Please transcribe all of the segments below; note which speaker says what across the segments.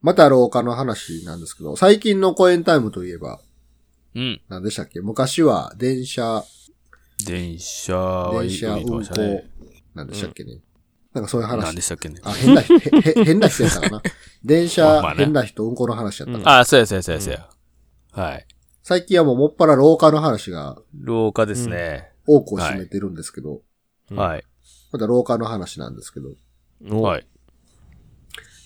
Speaker 1: また廊下の話なんですけど、最近の公演タイムといえば、
Speaker 2: うん。
Speaker 1: 何でしたっけ昔は電車、
Speaker 2: 電車は
Speaker 1: 電
Speaker 2: いい
Speaker 1: 車
Speaker 2: 運行
Speaker 1: 運
Speaker 2: し
Speaker 1: 行
Speaker 2: たね。、
Speaker 1: なんでしたっけね。なんかそういう
Speaker 2: 何
Speaker 1: 話
Speaker 2: で。したっけね。
Speaker 1: あ、変な人、へへ変な人やった かな。電
Speaker 2: まあま
Speaker 1: 車
Speaker 2: あ、ね
Speaker 1: 変な人、運行の話やった
Speaker 2: うん
Speaker 1: な。
Speaker 2: あ、そうやそうやそうやそうや。はい。
Speaker 1: 最近はもうもっぱら廊下の話が
Speaker 2: 廊下ですね。
Speaker 1: 多くを占めてるんですけど、
Speaker 3: うん
Speaker 2: はい。
Speaker 1: また廊下の話なんですけど、
Speaker 3: は。
Speaker 2: はい い。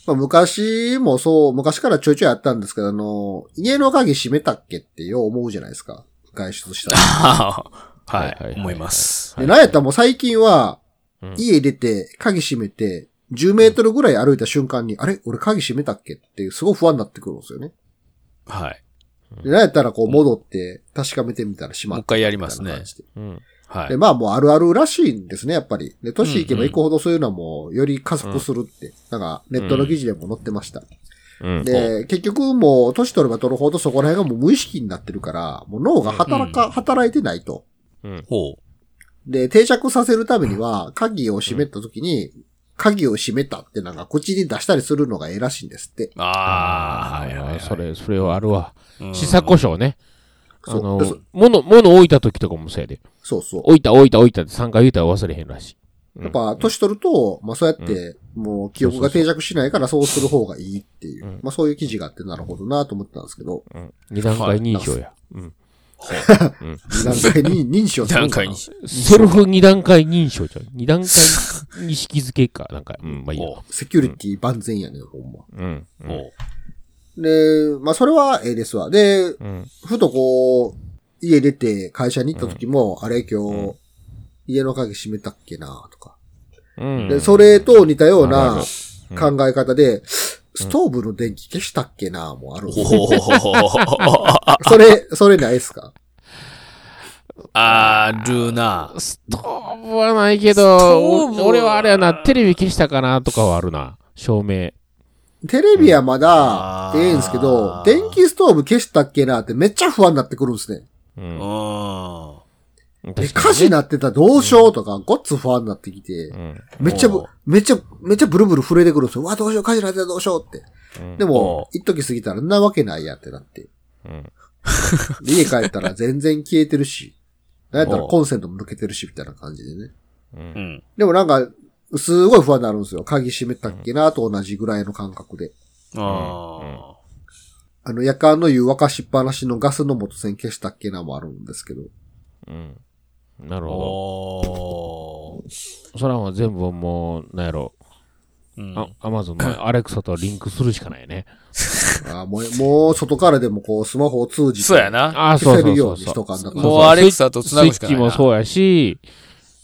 Speaker 1: まあ、昔もそう、昔からちょいちょいあったんですけど、あの、家の鍵閉めたっけってよう思うじゃないですか。外出したら。
Speaker 3: はい
Speaker 2: は
Speaker 3: はいはい
Speaker 2: い。
Speaker 3: はい
Speaker 2: 思います。
Speaker 1: で、なんやったらもう最近は
Speaker 3: うん、
Speaker 1: 家出て、鍵閉めて、10メートルぐらい歩いた瞬間に、あれ俺鍵閉めたっけっていう、すごい不安になってくるんですよね。
Speaker 2: はい。
Speaker 1: で、なんやったらこう戻って、確かめてみたら閉ま
Speaker 2: もう
Speaker 1: っ
Speaker 2: 一
Speaker 1: て
Speaker 2: 回やり
Speaker 1: た
Speaker 2: ま
Speaker 1: みた
Speaker 2: す
Speaker 1: いな
Speaker 2: ね
Speaker 1: 感。じで。
Speaker 3: うん。
Speaker 2: は
Speaker 1: で、
Speaker 2: い。
Speaker 1: まあもうあるあるらしいんですね、やっぱり。で、年行けば行くほどそういうのはもう、より加速するって、なんか、ネットの記事でも載ってました。
Speaker 3: うん。
Speaker 1: で、結局もう、年取れば取るほどそこら辺がもう無意識になってるから、もう脳が働か、
Speaker 2: うん
Speaker 1: 働いてないと。
Speaker 3: うん。
Speaker 2: ほう。
Speaker 1: で、定着させるためには、鍵を閉めた時に、鍵を閉めたってなんか口に出したりするのがええらしいんですって。
Speaker 2: ああ、はいはいはい。
Speaker 3: それ、それはあるわ。
Speaker 2: うん、
Speaker 3: 試作故障ね。あ
Speaker 1: そう
Speaker 3: の
Speaker 1: でそ、
Speaker 3: 物、物置いた時とかもそうやで。
Speaker 1: そうそ
Speaker 3: 置いた置いた置いたって3回言うたら忘れへんらしい。、
Speaker 1: う。やっぱ、年取ると、まあそうやって、もう記憶が定着しないからそうする方がいいっていううんまあそういう記事があってなるほどなと思ったんですけど、
Speaker 3: うん。2段階認証や。うん。
Speaker 1: 何回に認証する
Speaker 2: 段
Speaker 1: のか
Speaker 2: 階
Speaker 1: な
Speaker 2: に。
Speaker 3: セルフ2段階認証じゃん。2段階認識づけか。な んか、うん、まあいいや
Speaker 2: ほ。
Speaker 1: セキュリティ万全やね、ほんま。
Speaker 3: うん。
Speaker 2: う。ほ
Speaker 1: で、まあそれはええですわ。で、
Speaker 3: うん。
Speaker 1: ふとこう、家出て会社に行った時も、あれ今日、
Speaker 3: う
Speaker 1: 家の鍵閉めたっけなとか。
Speaker 3: うん。
Speaker 1: で、それと似たよう
Speaker 3: ある
Speaker 1: な
Speaker 3: あ
Speaker 1: 考え方で、ストーブの電気消したっけなもうあるん
Speaker 2: う。
Speaker 1: ですよ。
Speaker 2: ほう。
Speaker 1: それ、それないですか
Speaker 2: あるな。
Speaker 3: ストーブはないけ
Speaker 2: スト
Speaker 3: ど
Speaker 2: ー、ブは
Speaker 3: お俺はあれやな、テレビ消したかなとかはあるな。照明。
Speaker 1: テレビはまだ
Speaker 2: あ、ー
Speaker 1: ええんすけど、電気ストーブ消したっけなってめっちゃ不安になってくるんですね。
Speaker 3: うん。
Speaker 2: うん。
Speaker 1: で、
Speaker 3: 確か
Speaker 1: 火事なってたらどうしようとか、ごっつ不安になってきて
Speaker 3: に、うん。
Speaker 1: めっちゃぶ
Speaker 2: おう、
Speaker 1: めっちゃ、めっちゃブルブル震えてくるんですよ。うわ、どうしよう、火事なってたらどうしようって。
Speaker 3: うん
Speaker 1: で
Speaker 2: お
Speaker 1: も
Speaker 2: う、
Speaker 1: 一時過ぎたらんなわけないやってなって。
Speaker 3: うん。
Speaker 1: で 家帰ったら全然消えてるし、なんやったら
Speaker 2: おう
Speaker 1: コンセントも抜けてるし、みたいな感じでね。
Speaker 3: うん
Speaker 2: うん。
Speaker 1: でもなんか、すごい不安になるんですよ。鍵閉めたっけなと同じぐらいの感覚で。
Speaker 2: あ
Speaker 1: あの、夜間の湯沸かしっぱなしのガスの元栓消したっけなもあるんですけど。
Speaker 3: うん。なる
Speaker 2: あ。
Speaker 3: ほ
Speaker 2: おー
Speaker 3: ど。それはもう全部もう、なんやろ。
Speaker 2: うん
Speaker 3: あアマゾンのアレクサとリンクするしかないね。
Speaker 1: あーもう、 もう外からでもこう、スマホを通じて。
Speaker 2: そうやな。
Speaker 3: ああ、そうそうそ
Speaker 1: 消せ
Speaker 3: う
Speaker 1: るようにしとかん
Speaker 3: そ
Speaker 1: だ
Speaker 3: う。
Speaker 1: から
Speaker 2: もうアレクサと繋ぐしかない
Speaker 3: スイッ
Speaker 2: な
Speaker 3: チもそうやし、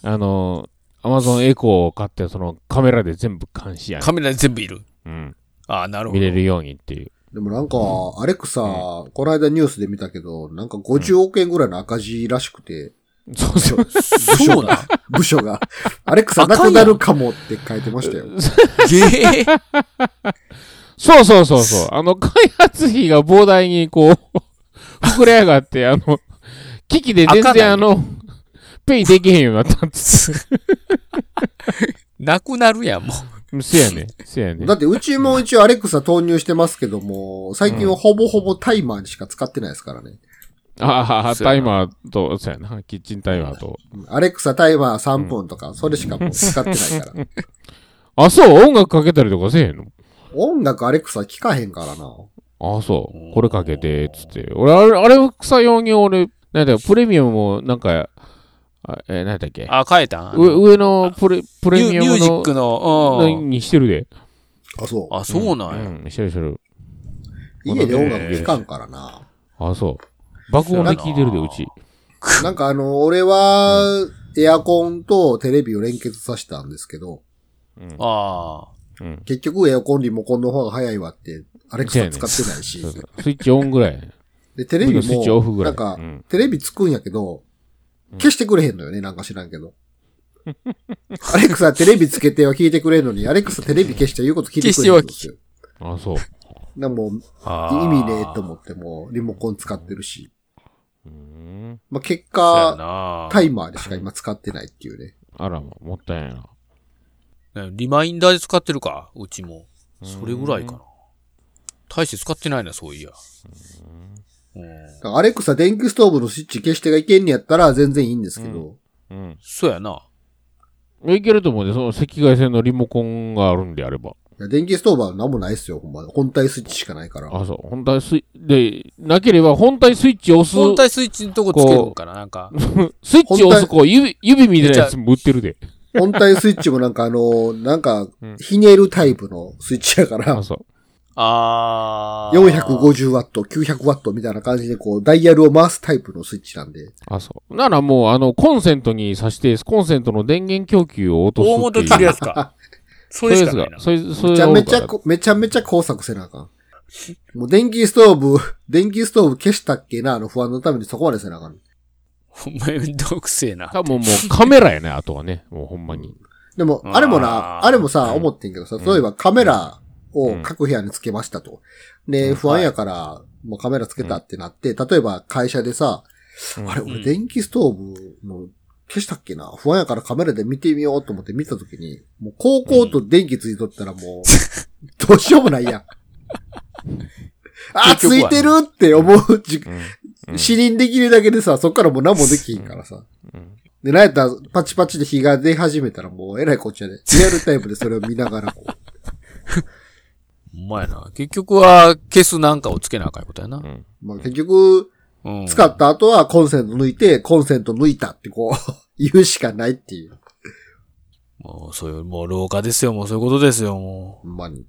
Speaker 3: あの、アマゾンエコーを買って、そのカメラで全部監視やね
Speaker 2: カメラに全部いる。
Speaker 3: うん。
Speaker 2: ああ、なるほ
Speaker 3: 見
Speaker 2: ど。
Speaker 3: れるようにっていう。
Speaker 1: でもなんか、アレクサ、この間ニュースで見たけど、なんか50億円ぐらいの赤字らしく て、
Speaker 3: そうそう。
Speaker 1: 部署
Speaker 2: そうな
Speaker 1: が、部署が、アレクサなくなるかもって書いてましたよ。
Speaker 2: ええ
Speaker 3: そうそうそうそう。あの、開発費が膨大にこう、 膨れ上がって、あの、機器で
Speaker 2: 開
Speaker 3: 全
Speaker 2: かない
Speaker 3: 然あの、ペイできへんようになったんです。
Speaker 2: なくなるやん、も
Speaker 3: せやねん。せやねん。
Speaker 1: だってうちも一応アレクサ投入してますけども、最近はほぼほぼタイマーにしか使ってないですからね。
Speaker 3: ああ、
Speaker 2: そうやな
Speaker 3: タイマーと、そうやな。キッチンタイマーと。
Speaker 1: アレクサタイマー3分とか、それしかもう使ってない から。
Speaker 3: あ、そう音楽かけたりとかせえへんの
Speaker 1: 音楽アレクサ聞かへんからな。
Speaker 3: ああ、そう。これかけて、つって。俺、あれ、あれを草用に俺、なんだよ、プレミアムも、なんか、あえー、なんだっけ
Speaker 2: う。。あ、変えたん
Speaker 3: 上上のプレプ
Speaker 2: ミュ
Speaker 3: レミア
Speaker 2: ミュー
Speaker 3: ム
Speaker 2: ジッ
Speaker 3: の
Speaker 2: クの、うん。
Speaker 3: にしてるで。
Speaker 1: あ、そ
Speaker 2: あ、そうなんや。
Speaker 3: うん、してるしてる。
Speaker 1: う。家で音楽聞かんからな。
Speaker 3: ああ、そう。爆音で聞いてるで、うち。
Speaker 1: なんかあの、俺は、エアコンとテレビを連結させたんですけど、
Speaker 2: あ
Speaker 3: うん。
Speaker 1: 結局エアコンリモコンの方が早いわって、アレク
Speaker 3: そう
Speaker 1: サ
Speaker 3: やね
Speaker 1: 使ってないし
Speaker 3: そう。そうスイッチオンぐらいやね。
Speaker 1: で、テレビ
Speaker 3: スイッチオフ
Speaker 1: も、
Speaker 3: ぐ
Speaker 1: な
Speaker 3: らい
Speaker 1: んか
Speaker 3: うん、
Speaker 1: テレビつくんやけど、消してくれへんのよね、なんか知らんけど。アレクサテレビつけては聞いてくれんのに、アレクサテレビ消して言うこと聞いてくれへんのですよ。
Speaker 3: ああ、そう。
Speaker 1: でもう、
Speaker 2: あ。ああ
Speaker 1: 意味ねえと思っても、リモコン使ってるし。
Speaker 3: うん。
Speaker 1: まあ、結
Speaker 2: そうや
Speaker 1: 果、
Speaker 2: な
Speaker 1: タイマーでしか今使ってないっていうね。
Speaker 3: あら、もったいないな。
Speaker 2: リマインダーで使ってるか、うちも。それぐらいかな。大して使ってないな、そういや。うん。
Speaker 1: だからアレクサ電気ストーブのスイッチ消してがいけんねやったら全然いいんですけど。
Speaker 3: うん。
Speaker 2: そうやな。
Speaker 3: いけると思うね。その赤外線のリモコンがあるんであれば。
Speaker 1: いや電気ストーブは何もないっすよ、ほんま。本体スイッチしかないから。
Speaker 3: あ、そう。本体スイッチ、で、なければ本体スイッチ押す、
Speaker 2: 本体スイッチのとこつけるんかな、なんか。
Speaker 3: スイッチ押すこう、指、指みたいなやつも売ってるで。
Speaker 1: 本体スイッチもなんかあのーなんか
Speaker 3: うん、
Speaker 1: ひねるタイプのスイッチやから
Speaker 3: あ、、そう。
Speaker 2: あー。
Speaker 1: 450ワット、900ワットみたいな感じでこう、ダイヤルを回すタイプのスイッチなんで。
Speaker 3: あ、そう。ならもう、あの、コンセントに挿して、コンセントの電源供給を落とすってい
Speaker 2: 大
Speaker 3: う。
Speaker 2: 元切るやつ か。そ
Speaker 3: そう
Speaker 2: れ
Speaker 3: いう
Speaker 2: しか
Speaker 3: やつ
Speaker 2: な
Speaker 3: が
Speaker 2: いな。。
Speaker 3: それ、それ
Speaker 1: めちゃめちゃ
Speaker 3: が多いか
Speaker 1: こ、めちゃめちゃ工作せなあかん。もう電気ストーブ、電気ストーブ消したっけな、あの不安のためにそこまでせなあかん。
Speaker 2: ほんまめんどくせえな。
Speaker 3: ら多分もうカメラやね、あとはね。もうほんまに。
Speaker 1: でも、
Speaker 2: あー
Speaker 1: あれもな、あれもさ、
Speaker 3: うん
Speaker 1: 思ってんけどさ、例えばカメラを各部屋につけましたと。で、不安やから、もうカメラつけたってなって、例えば会社でさ、
Speaker 3: うん
Speaker 1: あれ、
Speaker 2: う
Speaker 1: 俺
Speaker 2: ん
Speaker 1: 電気ストーブの消したっけな不安やからカメラで見てみようと思って見たときに、もう高校と電気ついとったらもう、どうしようもない やん。あ、つ
Speaker 2: 結局
Speaker 1: い
Speaker 2: は
Speaker 1: てるって思う時
Speaker 3: うん。うん
Speaker 1: 視認できるだけでさ、そっからもう何もできひんからさ。
Speaker 3: うん
Speaker 1: で、なんやったらパチパチで日が出始めたらもうえらいこっちゃで、リアルタイムでそれを見ながらこう。
Speaker 2: ほんまやな。結局は、消すなんかをつけなあかんことやな。
Speaker 1: まあ結局、
Speaker 2: うん。
Speaker 1: 使った後はコンセント抜いて、コンセント抜いたってこう、 言うしかないっていう。
Speaker 2: もう、そういう、もう、廊下ですよ。もう、そういうことですよ、も
Speaker 1: ほんまに。